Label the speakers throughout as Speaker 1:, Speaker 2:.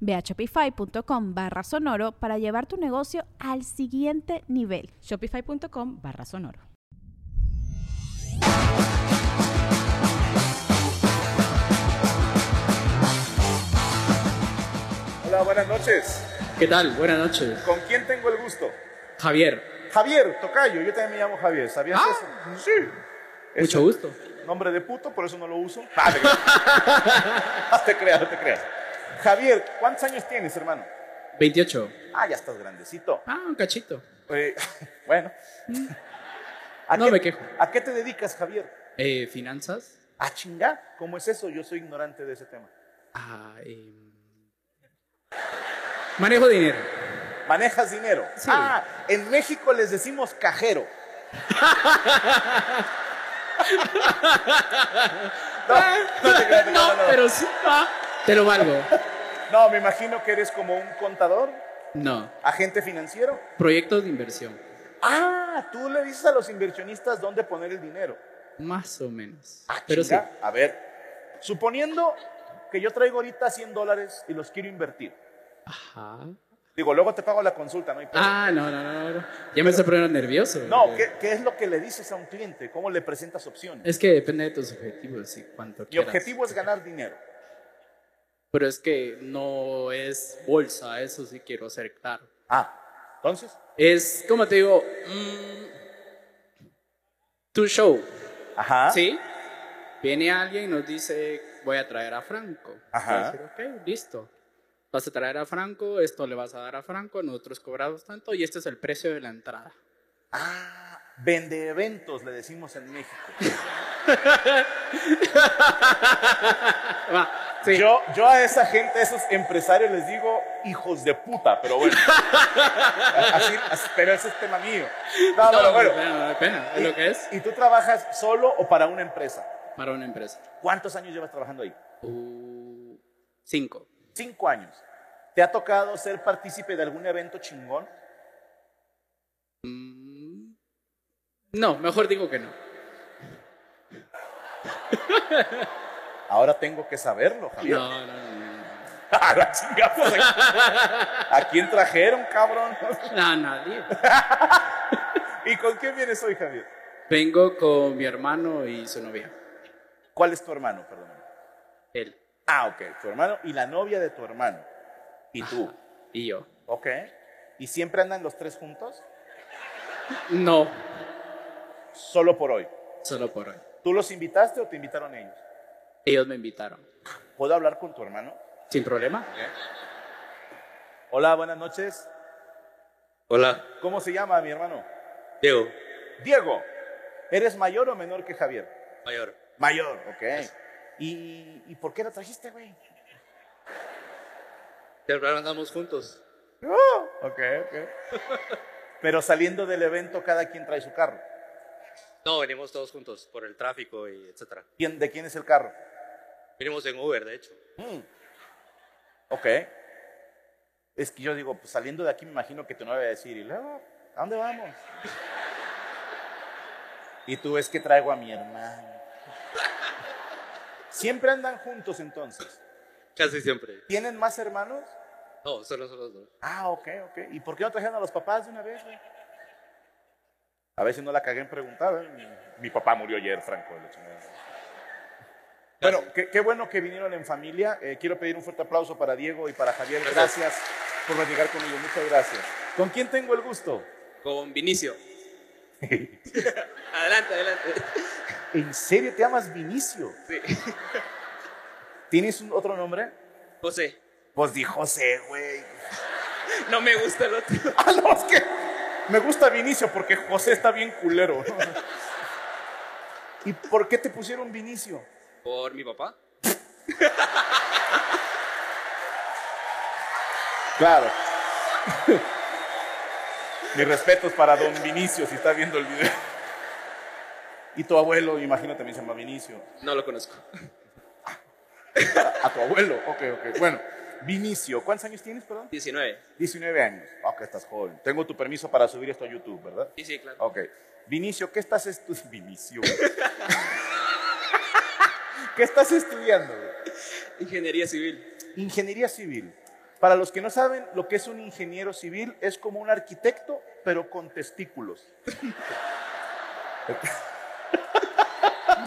Speaker 1: Ve a shopify.com barra sonoro para llevar tu negocio al siguiente nivel.
Speaker 2: Shopify.com barra sonoro.
Speaker 3: Hola, buenas noches.
Speaker 4: ¿Qué tal? Buenas noches.
Speaker 3: ¿Con quién tengo el gusto?
Speaker 4: Javier.
Speaker 3: Javier, tocayo. Yo también me llamo Javier. ¿Sabías
Speaker 4: Ah.
Speaker 3: eso? Sí.
Speaker 4: Mucho gusto.
Speaker 3: Nombre de puto, por eso no lo uso. Ah, te creas. te creas, no te creas. Javier, ¿cuántos años tienes, hermano?
Speaker 4: 28.
Speaker 3: Ah, ya estás grandecito.
Speaker 4: Ah, un cachito.
Speaker 3: Eh, bueno. ¿A
Speaker 4: No
Speaker 3: qué-
Speaker 4: me quejo.
Speaker 3: ¿A qué te dedicas, Javier?
Speaker 4: Eh, ¿Finanzas?
Speaker 3: ¿A chingar? ¿Cómo es eso? Yo soy ignorante de ese tema.
Speaker 4: Ah, em, Manejo de dinero.
Speaker 3: ¿Manejas dinero?
Speaker 4: Sí.
Speaker 3: Ah, en México les decimos cajero. no, no te creas, no,
Speaker 4: Eh, No,
Speaker 3: no, no.
Speaker 4: pero sí. ah, te lo valgo.
Speaker 3: No, me imagino que eres como un contador,
Speaker 4: No.
Speaker 3: agente financiero.
Speaker 4: Proyectos de inversión.
Speaker 3: Ah, tú le dices a los inversionistas dónde poner el dinero.
Speaker 4: Más o menos.
Speaker 3: Ah,
Speaker 4: Pero sí.
Speaker 3: chinga. A ver, suponiendo que yo traigo ahorita 100 dólares y los quiero invertir.
Speaker 4: Ajá.
Speaker 3: Digo, luego te pago la consulta, ¿no? hay pedo.
Speaker 4: Ah, no, no, no. no. Ya me estoy poniendo nervioso.
Speaker 3: no,
Speaker 4: porque-
Speaker 3: ¿qué, qué es lo que le dices a un cliente? ¿Cómo le presentas opciones?
Speaker 4: Es que depende de tus objetivos y cuánto
Speaker 3: Mi objetivo es
Speaker 4: ganar
Speaker 3: ganar dinero.
Speaker 4: Pero es que no es bolsa, eso sí quiero hacer claro.
Speaker 3: Ah, entonces,
Speaker 4: Es, como te digo, mm, tu show,
Speaker 3: ajá.
Speaker 4: ¿sí? Viene alguien y nos dice, voy a traer a Franco.
Speaker 3: Ajá.
Speaker 4: Voy a decir, ok, listo. Vas a traer a Franco, esto le vas a dar a Franco, nosotros cobramos tanto y este es el precio de la entrada.
Speaker 3: Ah, vende eventos, le decimos en México.
Speaker 4: Va, sí.
Speaker 3: Yo, yo a esa gente, a esos empresarios les digo hijos de puta, pero bueno. Así- así- pero ese es tema mío. No,
Speaker 4: no,
Speaker 3: pero
Speaker 4: no,
Speaker 3: bueno.
Speaker 4: no, no, no, pena, es lo que es
Speaker 3: ¿Y tú trabajas solo o para una empresa?
Speaker 4: para una empresa.
Speaker 3: ¿Cuántos años llevas trabajando ahí?
Speaker 4: Uh, cinco.
Speaker 3: Cinco años. ¿Te ha tocado ser partícipe de algún evento chingón?
Speaker 4: Mm, No, mejor digo que no.
Speaker 3: Ahora tengo que saberlo, Javier.
Speaker 4: No, no, no, no.
Speaker 3: A la chingada, pues, ¿a- ¿A quién trajeron, cabrón?
Speaker 4: no. A nadie.
Speaker 3: ¿Y con quién vienes hoy, Javier?
Speaker 4: Vengo con mi hermano y su novia.
Speaker 3: ¿Cuál es tu hermano, perdón?
Speaker 4: Él
Speaker 3: Ah, ok, tu hermano y la novia de tu hermano. Y tú.
Speaker 4: y yo.
Speaker 3: Ok. ¿Y siempre andan los tres juntos?
Speaker 4: No,
Speaker 3: Solo por hoy.
Speaker 4: solo por hoy.
Speaker 3: ¿Tú los invitaste o te invitaron ellos?
Speaker 4: Ellos me invitaron.
Speaker 3: ¿Puedo hablar con tu hermano?
Speaker 4: Sin problema.
Speaker 3: Hola, buenas noches.
Speaker 5: Hola,
Speaker 3: ¿Cómo se llama mi hermano?
Speaker 5: Diego,
Speaker 3: Diego. ¿Eres mayor o menor que Javier?
Speaker 5: mayor.
Speaker 3: Mayor. Ok. ¿Y, y por qué la trajiste, güey?
Speaker 5: Siempre andamos juntos.
Speaker 3: Oh. Ok, ok. Pero saliendo del evento, cada quien trae su carro.
Speaker 5: No, venimos todos juntos por el tráfico y etcétera.
Speaker 3: ¿Quién- ¿De quién es el carro?
Speaker 5: Venimos en Uber, de hecho.
Speaker 3: Mm. Ok. Es que yo digo, pues saliendo de aquí me imagino que tu novia va a decir, ¿y luego? ¿A dónde vamos? y tú es que traigo a mi hermano. Siempre andan juntos entonces.
Speaker 5: Casi siempre.
Speaker 3: ¿Tienen más hermanos?
Speaker 5: No, solo nosotros dos.
Speaker 3: Ah, ok, ok. ¿Y por qué no trajeron a los papás de una vez, güey? A ver si no la cagué en preguntar. ¿eh? Mi- Mi papá murió ayer, Franco. de la chingada. Bueno, qué, qué bueno que vinieron en familia. Eh, quiero pedir un fuerte aplauso para Diego y para Javier. Gracias,
Speaker 5: Gracias.
Speaker 3: por platicar conmigo. Muchas gracias. ¿Con quién tengo el gusto?
Speaker 4: Con Vinicio.
Speaker 5: Adelante, adelante.
Speaker 3: ¿En serio te llamas Vinicio?
Speaker 5: Sí.
Speaker 3: ¿Tienes un otro nombre?
Speaker 5: José,
Speaker 3: Pues di José, güey.
Speaker 5: no me gusta el otro.
Speaker 3: Ah, no, es que me gusta Vinicio porque José está bien culero. ¿no? ¿Y por qué te pusieron Vinicio?
Speaker 5: ¿Por mi papá?
Speaker 3: Claro. Mis respetos para don Vinicio si está viendo el video. Y tu abuelo, me imagino, también se llama Vinicio.
Speaker 5: No lo conozco.
Speaker 3: A tu abuelo, ok, ok. Bueno, Vinicio, ¿cuántos años tienes, perdón?
Speaker 5: 19.
Speaker 3: 19 años. Ok, estás joven. Tengo tu permiso para subir esto a YouTube, ¿verdad?
Speaker 5: Sí, sí, claro.
Speaker 3: Ok. Vinicio, ¿qué estás estudiando? Vinicio. güey. ¿Qué estás estudiando? güey?
Speaker 5: Ingeniería civil.
Speaker 3: Ingeniería civil. Para los que no saben, lo que es un ingeniero civil es como un arquitecto, pero con testículos.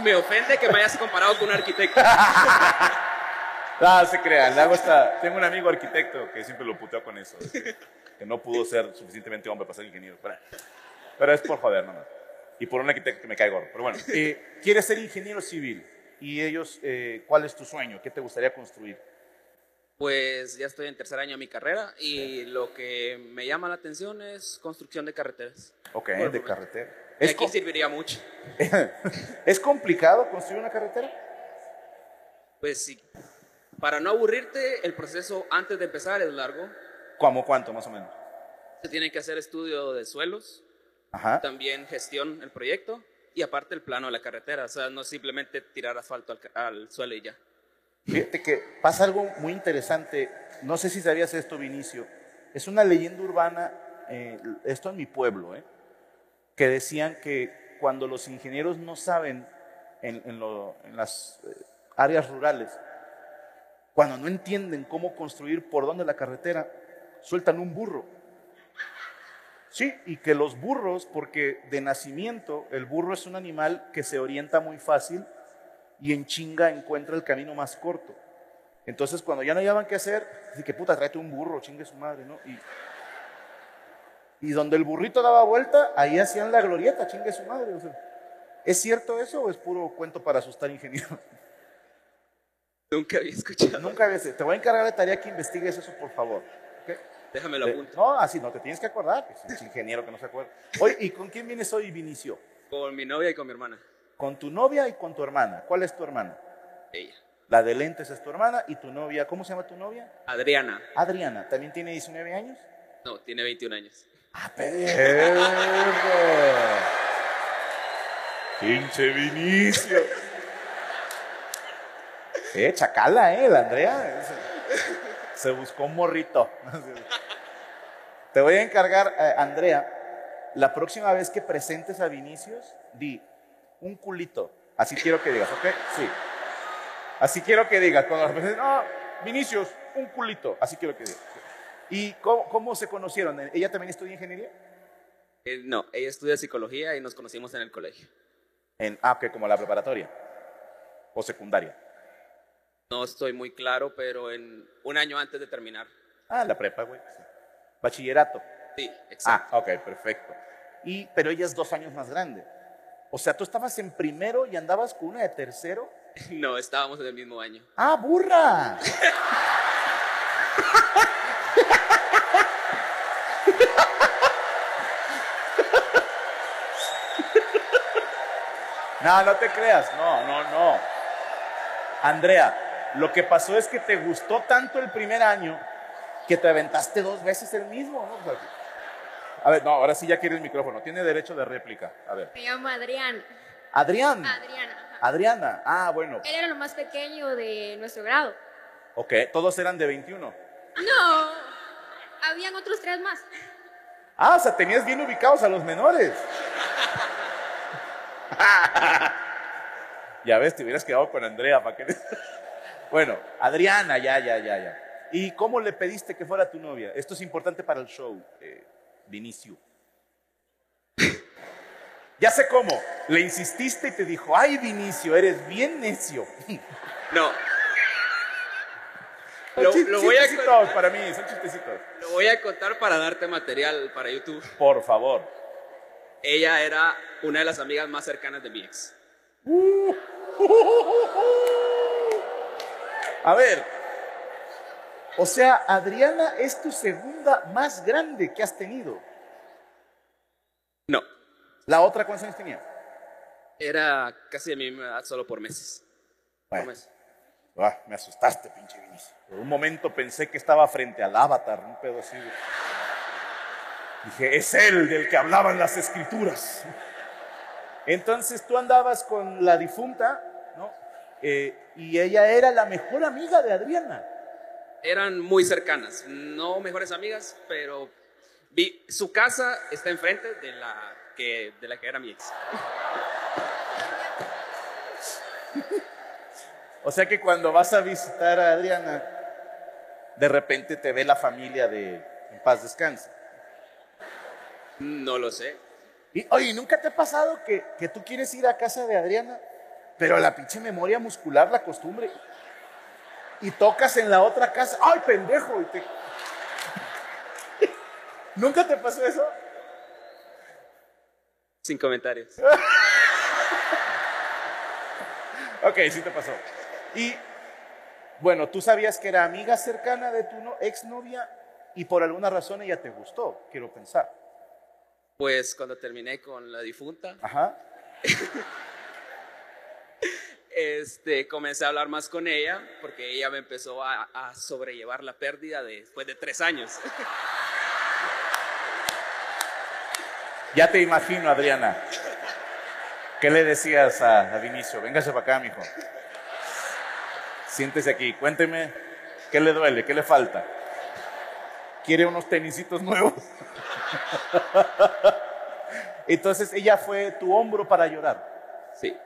Speaker 5: Me ofende que me hayas comparado con un arquitecto.
Speaker 3: Ah, se crean. Le hago esta- Tengo un amigo arquitecto que siempre lo puteo con eso. de Que, que no pudo ser suficientemente hombre para ser ingeniero. Pero, pero es por joder, nomás. Y por un arquitecto que me cae gordo. Pero bueno, eh, quieres ser ingeniero civil. Y ellos, eh, ¿cuál es tu sueño? ¿Qué te gustaría construir?
Speaker 5: Pues ya estoy en tercer año de mi carrera y lo que me llama la atención es construcción de carreteras.
Speaker 3: Ok,
Speaker 5: Por el
Speaker 3: de
Speaker 5: momento.
Speaker 3: carretera.
Speaker 5: Y
Speaker 3: ¿Es,
Speaker 5: aquí
Speaker 3: co-
Speaker 5: serviría mucho.
Speaker 3: ¿Es complicado construir una carretera?
Speaker 5: Pues sí. Para no aburrirte, el proceso antes de empezar es largo.
Speaker 3: ¿Cómo cuánto, más o menos?
Speaker 5: Se tiene que hacer estudio de suelos,
Speaker 3: Ajá.
Speaker 5: también gestión del proyecto y aparte el plano de la carretera. O sea, no es simplemente tirar asfalto al, ca- al suelo y ya.
Speaker 3: Fíjate que pasa algo muy interesante. No sé si sabías esto, Vinicio. Es una leyenda urbana, eh, esto en mi pueblo, ¿eh? que decían que cuando los ingenieros no saben en, en lo- en las eh, áreas rurales, cuando no entienden cómo construir por dónde la carretera, sueltan un burro. Sí, y que los burros, porque de nacimiento el burro es un animal que se orienta muy fácil y en chinga encuentra el camino más corto. Entonces, cuando ya no hallaban qué hacer, dice que puta, tráete un burro, chingue su madre, ¿no? Y, y donde el burrito daba vuelta, ahí hacían la glorieta, chingue su madre. o sea, ¿Es cierto eso o es puro cuento para asustar ingenieros?
Speaker 5: Nunca había escuchado.
Speaker 3: Nunca había sido. Te voy a encargar de tarea que investigues eso, por favor. ¿ok?
Speaker 5: Déjame lo
Speaker 3: Eh,
Speaker 5: apunto.
Speaker 3: no, así no, te tienes que acordar. Es ingeniero que no se acuerda. Oye, ¿y con quién vienes hoy, Vinicio?
Speaker 5: Con mi novia y con mi hermana.
Speaker 3: Con tu novia y con tu hermana. ¿Cuál es tu hermana?
Speaker 5: Ella.
Speaker 3: La de lentes es tu hermana y tu novia, ¿cómo se llama tu novia?
Speaker 5: Adriana.
Speaker 3: Adriana, ¿también tiene 19 años?
Speaker 5: No, tiene 21 años.
Speaker 3: ¡Ah, perro! ¡Pinche Vinicio! Eh, chacala, eh, la Andrea. Se buscó un morrito. Te voy a encargar, eh, Andrea, la próxima vez que presentes a Vinicius, di un culito. Así quiero que digas, ¿ok? Sí. Así quiero que digas. Cuando lo presentes, no, Vinicius, un culito. Así quiero que digas. ¿Y cómo, cómo se conocieron? ¿Ella también estudia ingeniería?
Speaker 5: Eh, no, ella estudia psicología y nos conocimos en el colegio.
Speaker 3: En, ah, ok, como la preparatoria o secundaria.
Speaker 5: No estoy muy claro, pero en un año antes de terminar.
Speaker 3: Ah, la prepa, güey. sí. Bachillerato.
Speaker 5: Sí, exacto.
Speaker 3: Ah, ok, perfecto. Y, pero ella es dos años más grande. O sea, tú estabas en primero y andabas con una de tercero.
Speaker 5: No, estábamos en el mismo año.
Speaker 3: ¡Ah, burra! No, no te creas. No, no, no. Andrea, lo que pasó es que te gustó tanto el primer año que te aventaste dos veces el mismo. ¿no? O sea, a ver, no, ahora sí ya quiere el micrófono. Tiene derecho de réplica. A ver.
Speaker 6: Me llamo Adrián. Mm.
Speaker 3: Adrián.
Speaker 6: Adriana. ajá.
Speaker 3: Adriana. Ah, bueno.
Speaker 6: Él era lo más pequeño de nuestro grado.
Speaker 3: Ok, todos eran de 21.
Speaker 6: No. Habían otros tres más.
Speaker 3: Ah, o sea, tenías bien ubicados a los menores. ya ves, te hubieras quedado con Andrea para que. bueno, Adriana, ya, ya, ya, ya. ¿Y cómo le pediste que fuera tu novia? Esto es importante para el show, eh, Vinicio. ya sé cómo. Le insististe y te dijo, ay, Vinicio, eres bien necio.
Speaker 5: No. Lo,
Speaker 3: Chis-
Speaker 5: lo voy a
Speaker 3: chistecitos
Speaker 5: contar,
Speaker 3: para mí, son chistecitos.
Speaker 5: lo voy a contar para darte material para YouTube.
Speaker 3: Por favor.
Speaker 5: Ella era una de las amigas más cercanas de mi ex.
Speaker 3: A ver. O sea, Adriana es tu segunda más grande que has tenido.
Speaker 5: No,
Speaker 3: La otra, ¿cuántos años tenía?
Speaker 5: era casi de mi misma edad, solo por meses. Por
Speaker 3: Bueno,
Speaker 5: meses.
Speaker 3: ah, me asustaste, pinche Vinicio. Por un momento pensé que estaba frente al avatar, un pedo así. güey. Dije, es él del que hablaban las escrituras. Entonces tú andabas con la difunta, ¿no? Eh, y ella era la mejor amiga de Adriana.
Speaker 5: Eran muy cercanas, no mejores amigas, pero vi, su casa está enfrente de la que, de la que era mi ex.
Speaker 3: O sea que cuando vas a visitar a Adriana, de repente te ve la familia de En Paz Descansa.
Speaker 5: No lo sé.
Speaker 3: Y, oye, ¿nunca te ha pasado que, que tú quieres ir a casa de Adriana, pero la pinche memoria muscular, la costumbre, y tocas en la otra casa? ¡Ay, pendejo! Y te- ¿Nunca te pasó eso?
Speaker 5: Sin comentarios.
Speaker 3: Ok, sí te pasó. Y, bueno, tú sabías que era amiga cercana de tu no- exnovia y por alguna razón ella te gustó, quiero pensar.
Speaker 5: Pues cuando terminé con la difunta,
Speaker 3: Ajá.
Speaker 5: este, comencé a hablar más con ella porque ella me empezó a, a sobrellevar la pérdida de- después de tres años.
Speaker 3: Ya te imagino, Adriana. ¿Qué le decías a, a Vinicio? Véngase para acá, mijo. Siéntese aquí. Cuénteme qué le duele, qué le falta. ¿Quiere unos tenisitos nuevos? Entonces ella fue tu hombro para llorar.
Speaker 5: Sí.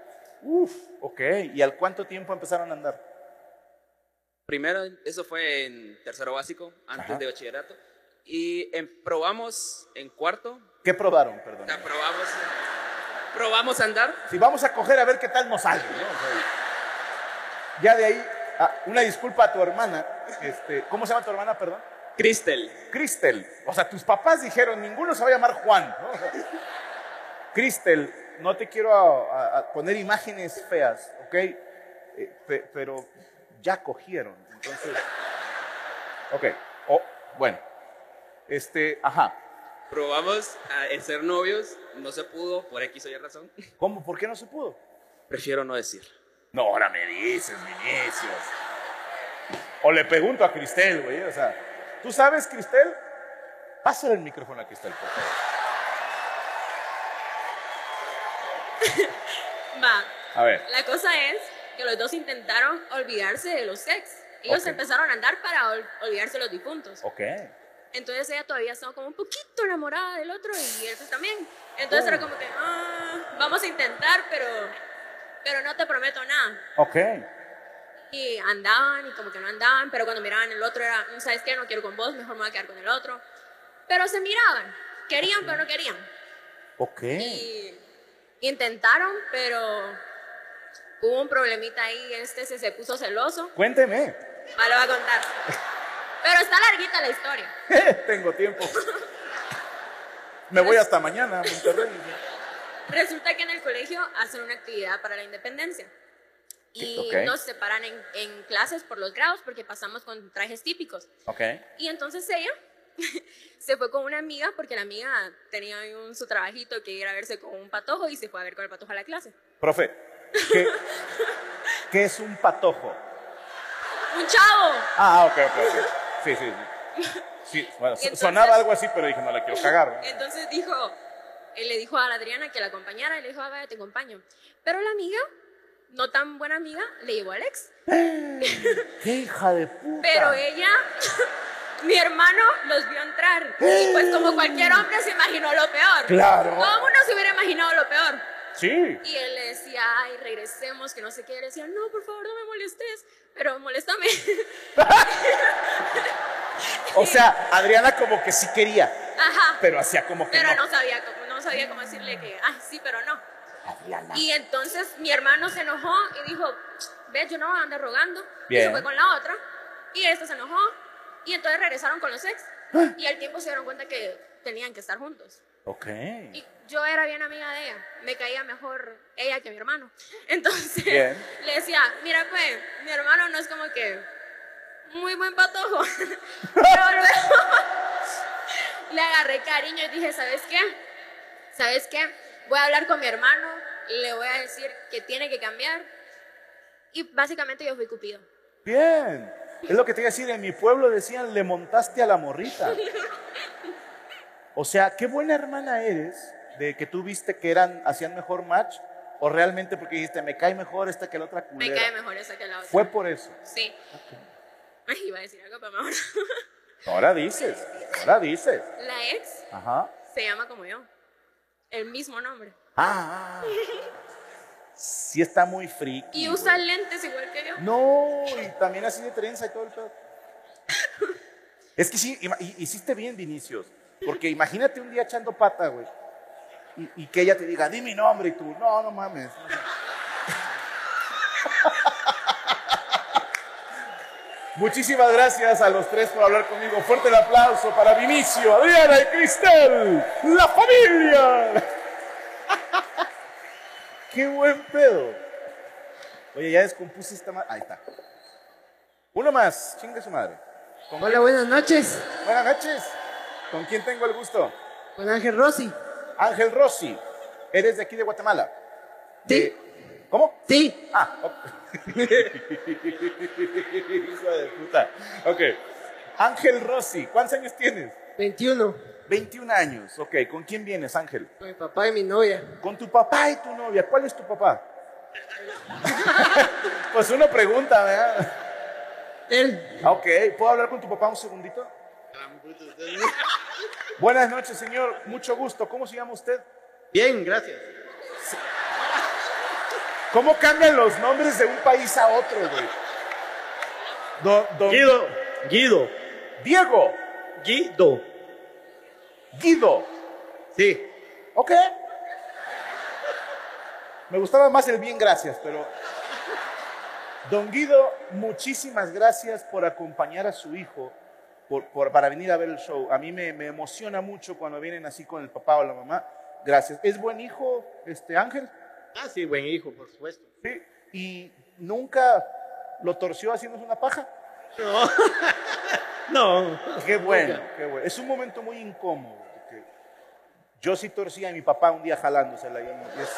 Speaker 3: Uf, ok. ¿Y al cuánto tiempo empezaron a andar?
Speaker 5: Primero, eso fue en tercero básico, antes
Speaker 3: Ajá.
Speaker 5: de bachillerato. Y en- probamos en cuarto,
Speaker 3: ¿Qué probaron,
Speaker 5: o
Speaker 3: perdón?
Speaker 5: sea, probamos, probamos a andar.
Speaker 3: Si vamos a coger a ver qué tal nos sale, ¿no? O sea, ya de ahí, ah, una disculpa a tu hermana. Este, ¿Cómo se llama tu hermana, perdón?
Speaker 5: Cristel,
Speaker 3: Cristel, o sea, tus papás dijeron, ninguno se va a llamar Juan. ¿no? O sea, Cristel, no te quiero a- a- a poner imágenes feas, ¿ok? Eh, pe- pero ya cogieron, entonces... Ok, oh, bueno. Este, ajá.
Speaker 5: probamos a en ser novios, no se pudo, por X o Y razón.
Speaker 3: ¿Cómo? ¿Por qué no se pudo?
Speaker 5: Prefiero no decir.
Speaker 3: No, ahora me dices, Vinicius. O le pregunto a Cristel, güey, o sea, ¿tú sabes, Cristel? Pásale el micrófono a Cristel, por favor.
Speaker 6: Va.
Speaker 3: A ver.
Speaker 6: La cosa es que los dos intentaron olvidarse de los ex. Ellos
Speaker 3: Ok.
Speaker 6: empezaron a andar para ol- olvidarse de los difuntos.
Speaker 3: Ok.
Speaker 6: Entonces ella todavía estaba como un poquito enamorada del otro y él pues también. Entonces era como que, "Ah, vamos a intentar, pero, pero no te prometo nada.
Speaker 3: Ok.
Speaker 6: Y andaban y como que no andaban, pero cuando miraban el otro era, "Mm, ¿sabes qué? No quiero con vos, mejor me voy a quedar con el otro. Pero se miraban, querían, pero no querían.
Speaker 3: Ok.
Speaker 6: Y intentaron, pero hubo un problemita ahí, este se, se puso celoso,
Speaker 3: Cuénteme.
Speaker 6: me lo va a contar. Pero está larguita la historia.
Speaker 3: Tengo tiempo. Me voy hasta mañana a Monterrey.
Speaker 6: Resulta que en el colegio hacen una actividad para la independencia. Y
Speaker 3: Ok.
Speaker 6: nos separan en, en clases por los grados porque pasamos con trajes típicos.
Speaker 3: Ok.
Speaker 6: Y entonces ella se fue con una amiga porque la amiga tenía ahí un, su trabajito que ir a verse con un patojo y se fue a ver con el patojo a la clase.
Speaker 3: Profe, ¿qué, qué es un patojo?
Speaker 6: ¡Un chavo!
Speaker 3: Ah, ok, ok, ok. Sí, sí, sí. Sí, bueno, so-
Speaker 6: Entonces-
Speaker 3: sonaba algo así, pero dije, no la quiero cagar. ¿no?
Speaker 6: Entonces dijo, él le dijo a la Adriana que la acompañara y le dijo, "Ah, vaya, te acompaño. Pero la amiga, no tan buena amiga, le llevó a Alex.
Speaker 3: ¡Qué hija de puta!
Speaker 6: Pero eh, ella, mi hermano, los vio entrar. Y pues como cualquier hombre se imaginó lo peor.
Speaker 3: Claro.
Speaker 6: Todo el mundo se hubiera imaginado lo peor.
Speaker 3: Sí.
Speaker 6: Y él le decía, ay, regresemos, que no sé qué. Y le decía, no, por favor, no me molestes, pero moléstame.
Speaker 3: O sea, Adriana como que sí quería,
Speaker 6: Ajá.
Speaker 3: pero hacía como que
Speaker 6: Pero
Speaker 3: no. Ah.
Speaker 6: no sabía cómo, no sabía cómo decirle que, ay, sí, pero no. Y entonces mi hermano se enojó y dijo, ve, yo no voy a andar rogando. Y
Speaker 3: Bien.
Speaker 6: se fue con la otra. Y esta se
Speaker 3: Ah.
Speaker 6: enojó. Y entonces regresaron con los ex. Y al tiempo se dieron cuenta que tenían que estar juntos.
Speaker 3: Ok.
Speaker 6: Y yo era bien amiga de ella, me caía mejor ella que mi hermano. Entonces
Speaker 3: Bien.
Speaker 6: le decía, mira pues, mi hermano no es como que muy buen patojo. Pero luego le agarré cariño y dije, ¿sabes qué? ¿Sabes qué? Voy a hablar con mi hermano, le voy a decir que tiene que cambiar. Y básicamente yo fui cupido.
Speaker 3: Bien. Es lo que te iba a decir. En mi pueblo decían, le montaste a la morrita. O sea, qué buena hermana eres de que tú viste que eran, hacían mejor match o realmente porque dijiste, me cae mejor esta que la otra
Speaker 6: Me
Speaker 3: culera.
Speaker 6: cae mejor esa que la otra.
Speaker 3: Fue por eso.
Speaker 6: Sí. Ay, iba a decir algo, pero mejor.
Speaker 3: Ahora dices, ahora dices.
Speaker 6: La ex
Speaker 3: Ajá.
Speaker 6: se llama como yo. El mismo nombre.
Speaker 3: Ah. Sí está muy friki.
Speaker 6: Y
Speaker 3: güey.
Speaker 6: usa lentes igual que yo.
Speaker 3: No, y también así de trenza y todo el pedo. Es que sí, ima- hi- hiciste bien, Vinicius. Porque imagínate un día echando pata, güey. Y, y que ella te diga, di mi nombre, y tú, no, no mames. Muchísimas gracias a los tres por hablar conmigo. Fuerte el aplauso para Vinicio, Adriana y Cristel, la familia. ¡Qué buen pedo! Oye, ya descompuse esta madre. Ahí está. Uno más, chingue su madre. ¿Con
Speaker 7: Hola, buenas noches.
Speaker 3: quién- Buenas noches. ¿Con quién tengo el gusto?
Speaker 7: Con Ángel Rossi.
Speaker 3: Ángel Rossi. ¿Eres de aquí de Guatemala?
Speaker 7: Sí,
Speaker 3: ¿Cómo?
Speaker 7: sí.
Speaker 3: Ah, ok. Hijo de puta. Ok. Ángel Rossi, ¿cuántos años tienes?
Speaker 7: 21.
Speaker 3: 21 años. Ok, ¿con quién vienes, Ángel?
Speaker 7: Con mi papá y mi novia.
Speaker 3: Con tu papá y tu novia. ¿Cuál es tu papá? pues uno pregunta, ¿verdad?
Speaker 7: Él.
Speaker 3: Ah, Ok, ¿puedo hablar con tu papá un segundito? Buenas noches, señor. Mucho gusto. ¿Cómo se llama usted?
Speaker 7: Bien, gracias.
Speaker 3: ¿Cómo cambian los nombres de un país a otro, güey? Do- don-
Speaker 8: Guido, Guido,
Speaker 3: Diego.
Speaker 8: Guido.
Speaker 3: Guido.
Speaker 8: Sí.
Speaker 3: Ok. Me gustaba más el bien, gracias, pero. Don Guido, muchísimas gracias por acompañar a su hijo, por, por- para venir a ver el show. A mí me, me emociona mucho cuando vienen así con el papá o la mamá. Gracias. ¿Es buen hijo, este Ángel?
Speaker 8: Ah, sí, buen hijo, por supuesto.
Speaker 3: Sí. ¿Y nunca lo torció haciéndose una paja?
Speaker 8: No.
Speaker 3: Qué bueno, qué bueno. Es un momento muy incómodo. porque yo sí torcí a mi papá un día jalándosela y, y es-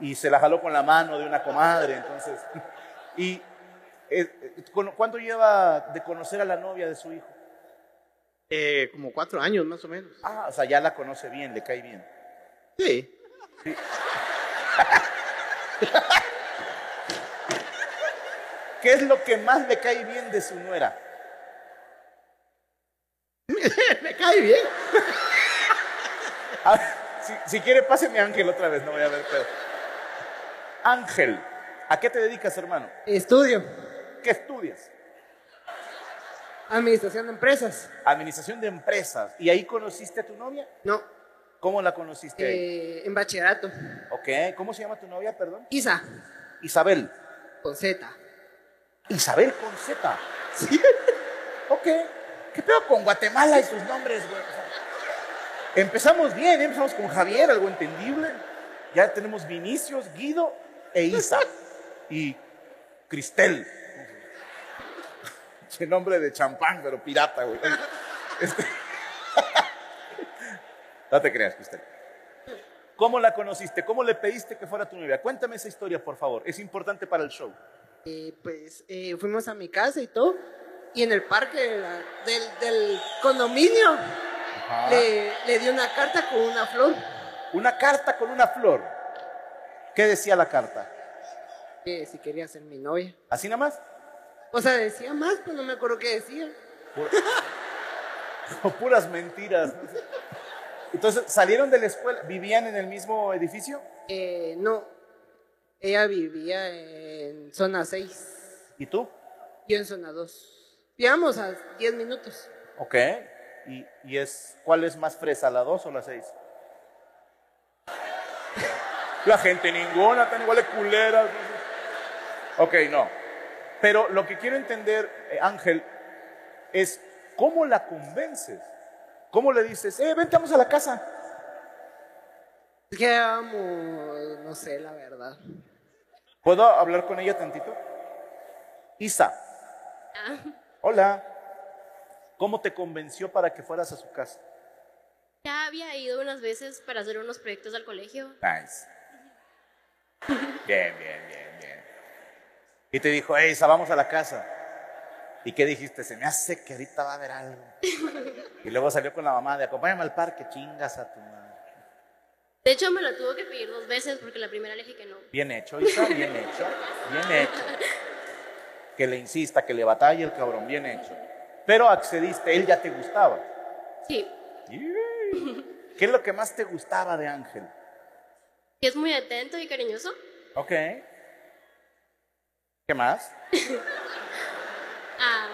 Speaker 3: y se la jaló con la mano de una comadre, entonces. Y eh, eh, ¿cu- ¿cuánto lleva de conocer a la novia de su hijo?
Speaker 8: Eh, como cuatro años más o menos.
Speaker 3: Ah, o sea, ya la conoce bien, le cae bien.
Speaker 8: Sí.
Speaker 3: ¿Qué es lo que más le cae bien de su nuera?
Speaker 8: Me cae bien.
Speaker 3: A ver, si, si quiere, páseme a Ángel otra vez, no voy a ver pedo. Ángel, ¿a qué te dedicas, hermano?
Speaker 7: Estudio.
Speaker 3: ¿Qué estudias?
Speaker 7: Administración de empresas.
Speaker 3: Administración de empresas. ¿Y ahí conociste a tu novia?
Speaker 7: No.
Speaker 3: ¿Cómo la conociste? ahí?
Speaker 7: eh, en bachillerato.
Speaker 3: Ok, ¿cómo se llama tu novia, perdón?
Speaker 7: Isa.
Speaker 3: Isabel.
Speaker 7: Con Z.
Speaker 3: Isabel con Z. Ok. ¿Qué pedo con Guatemala y sus nombres, güey? O sea, empezamos bien, ¿eh? empezamos con Javier, algo entendible. Ya tenemos Vinicius, Guido e Isa. Y Cristel. Che nombre de champán, pero pirata, güey. Este- No te creas, Cristel. ¿Cómo la conociste? ¿Cómo le pediste que fuera tu novia? Cuéntame esa historia, por favor. Es importante para el show.
Speaker 7: Eh, pues eh, fuimos a mi casa y todo. Y en el parque de la- del, del condominio le, le di una carta con una flor.
Speaker 3: Una carta con una flor. ¿Qué decía la carta?
Speaker 7: Que si quería ser mi novia.
Speaker 3: ¿Así nada más?
Speaker 7: O sea, decía más, pero no me acuerdo qué decía.
Speaker 3: O puras mentiras. Entonces, ¿salieron de la escuela? ¿Vivían en el mismo edificio?
Speaker 7: Eh, no, ella vivía en zona 6,
Speaker 3: ¿Y tú?
Speaker 7: yo en zona 2. Vivíamos a 10 minutos.
Speaker 3: Ok. ¿Y, y es, cuál es más fresa, la 2 o la 6? La gente ninguna, están igual de culeras. Ok, no. Pero lo que quiero entender, eh, Ángel, es cómo la convences. ¿Cómo le dices? Eh, vente, vamos a la casa.
Speaker 7: Que amo, no sé, la verdad.
Speaker 3: ¿Puedo hablar con ella tantito? Isa. Hola. ¿Cómo te convenció para que fueras a su casa?
Speaker 6: Ya había ido unas veces para hacer unos proyectos al colegio.
Speaker 3: Nice. Bien, bien, bien, bien. Y te dijo, hey, Isa, vamos a la casa. ¿Y qué dijiste? Se me hace que ahorita va a haber algo. Y luego salió con la mamá de acompáñame al parque, chingas a tu madre.
Speaker 6: De hecho, me lo tuvo que pedir dos veces porque la primera le dije que no.
Speaker 3: Bien hecho, Isa, bien hecho, bien hecho. Que le insista, que le batalle el cabrón, bien hecho. Pero accediste, él ya te gustaba.
Speaker 6: Sí,
Speaker 3: ¿Qué es lo que más te gustaba de Ángel?
Speaker 6: que es muy atento y cariñoso.
Speaker 3: Ok. ¿Qué más?
Speaker 6: Am,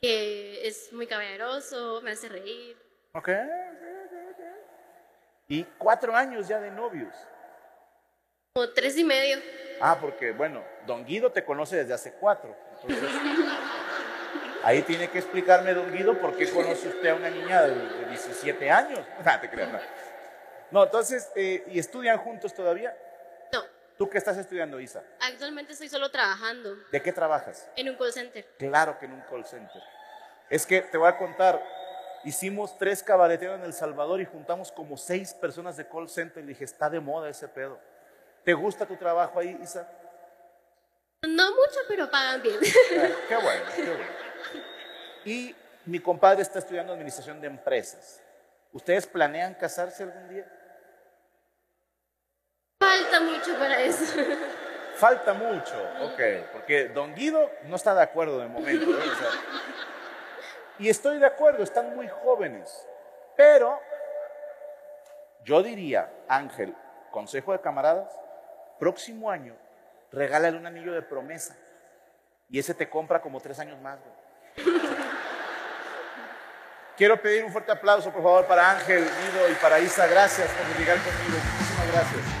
Speaker 6: que es muy caballeroso, me hace reír.
Speaker 3: Ok. Y cuatro años ya de novios.
Speaker 6: Como tres y medio.
Speaker 3: Ah, porque bueno, Don Guido te conoce desde hace cuatro. Entonces, ahí tiene que explicarme, Don Guido, por qué conoce usted a una niña de, de 17 años. No, te creas, no. No, entonces, eh, ¿y estudian juntos todavía?
Speaker 6: No,
Speaker 3: ¿Tú qué estás estudiando, Isa?
Speaker 6: actualmente estoy solo trabajando
Speaker 3: ¿De qué trabajas?
Speaker 6: en un call center.
Speaker 3: Claro que en un call center. Es que te voy a contar, hicimos tres cabareteros en El Salvador y juntamos como seis personas de call center. Y dije, está de moda ese pedo. ¿Te gusta tu trabajo ahí, Isa?
Speaker 6: No mucho, pero pagan bien.
Speaker 3: Claro, qué bueno, qué bueno. Y mi compadre está estudiando administración de empresas. ¿Ustedes planean casarse algún día?
Speaker 6: Falta mucho para eso.
Speaker 3: Falta mucho, ok, porque Don Guido no está de acuerdo de momento. ¿eh? O sea, y estoy de acuerdo, están muy jóvenes, pero yo diría, Ángel, consejo de camaradas, próximo año regálale un anillo de promesa y ese te compra como tres años más. güey. Quiero pedir un fuerte aplauso, por favor, para Ángel, Guido y para Isa. Gracias por llegar conmigo. Muchísimas gracias.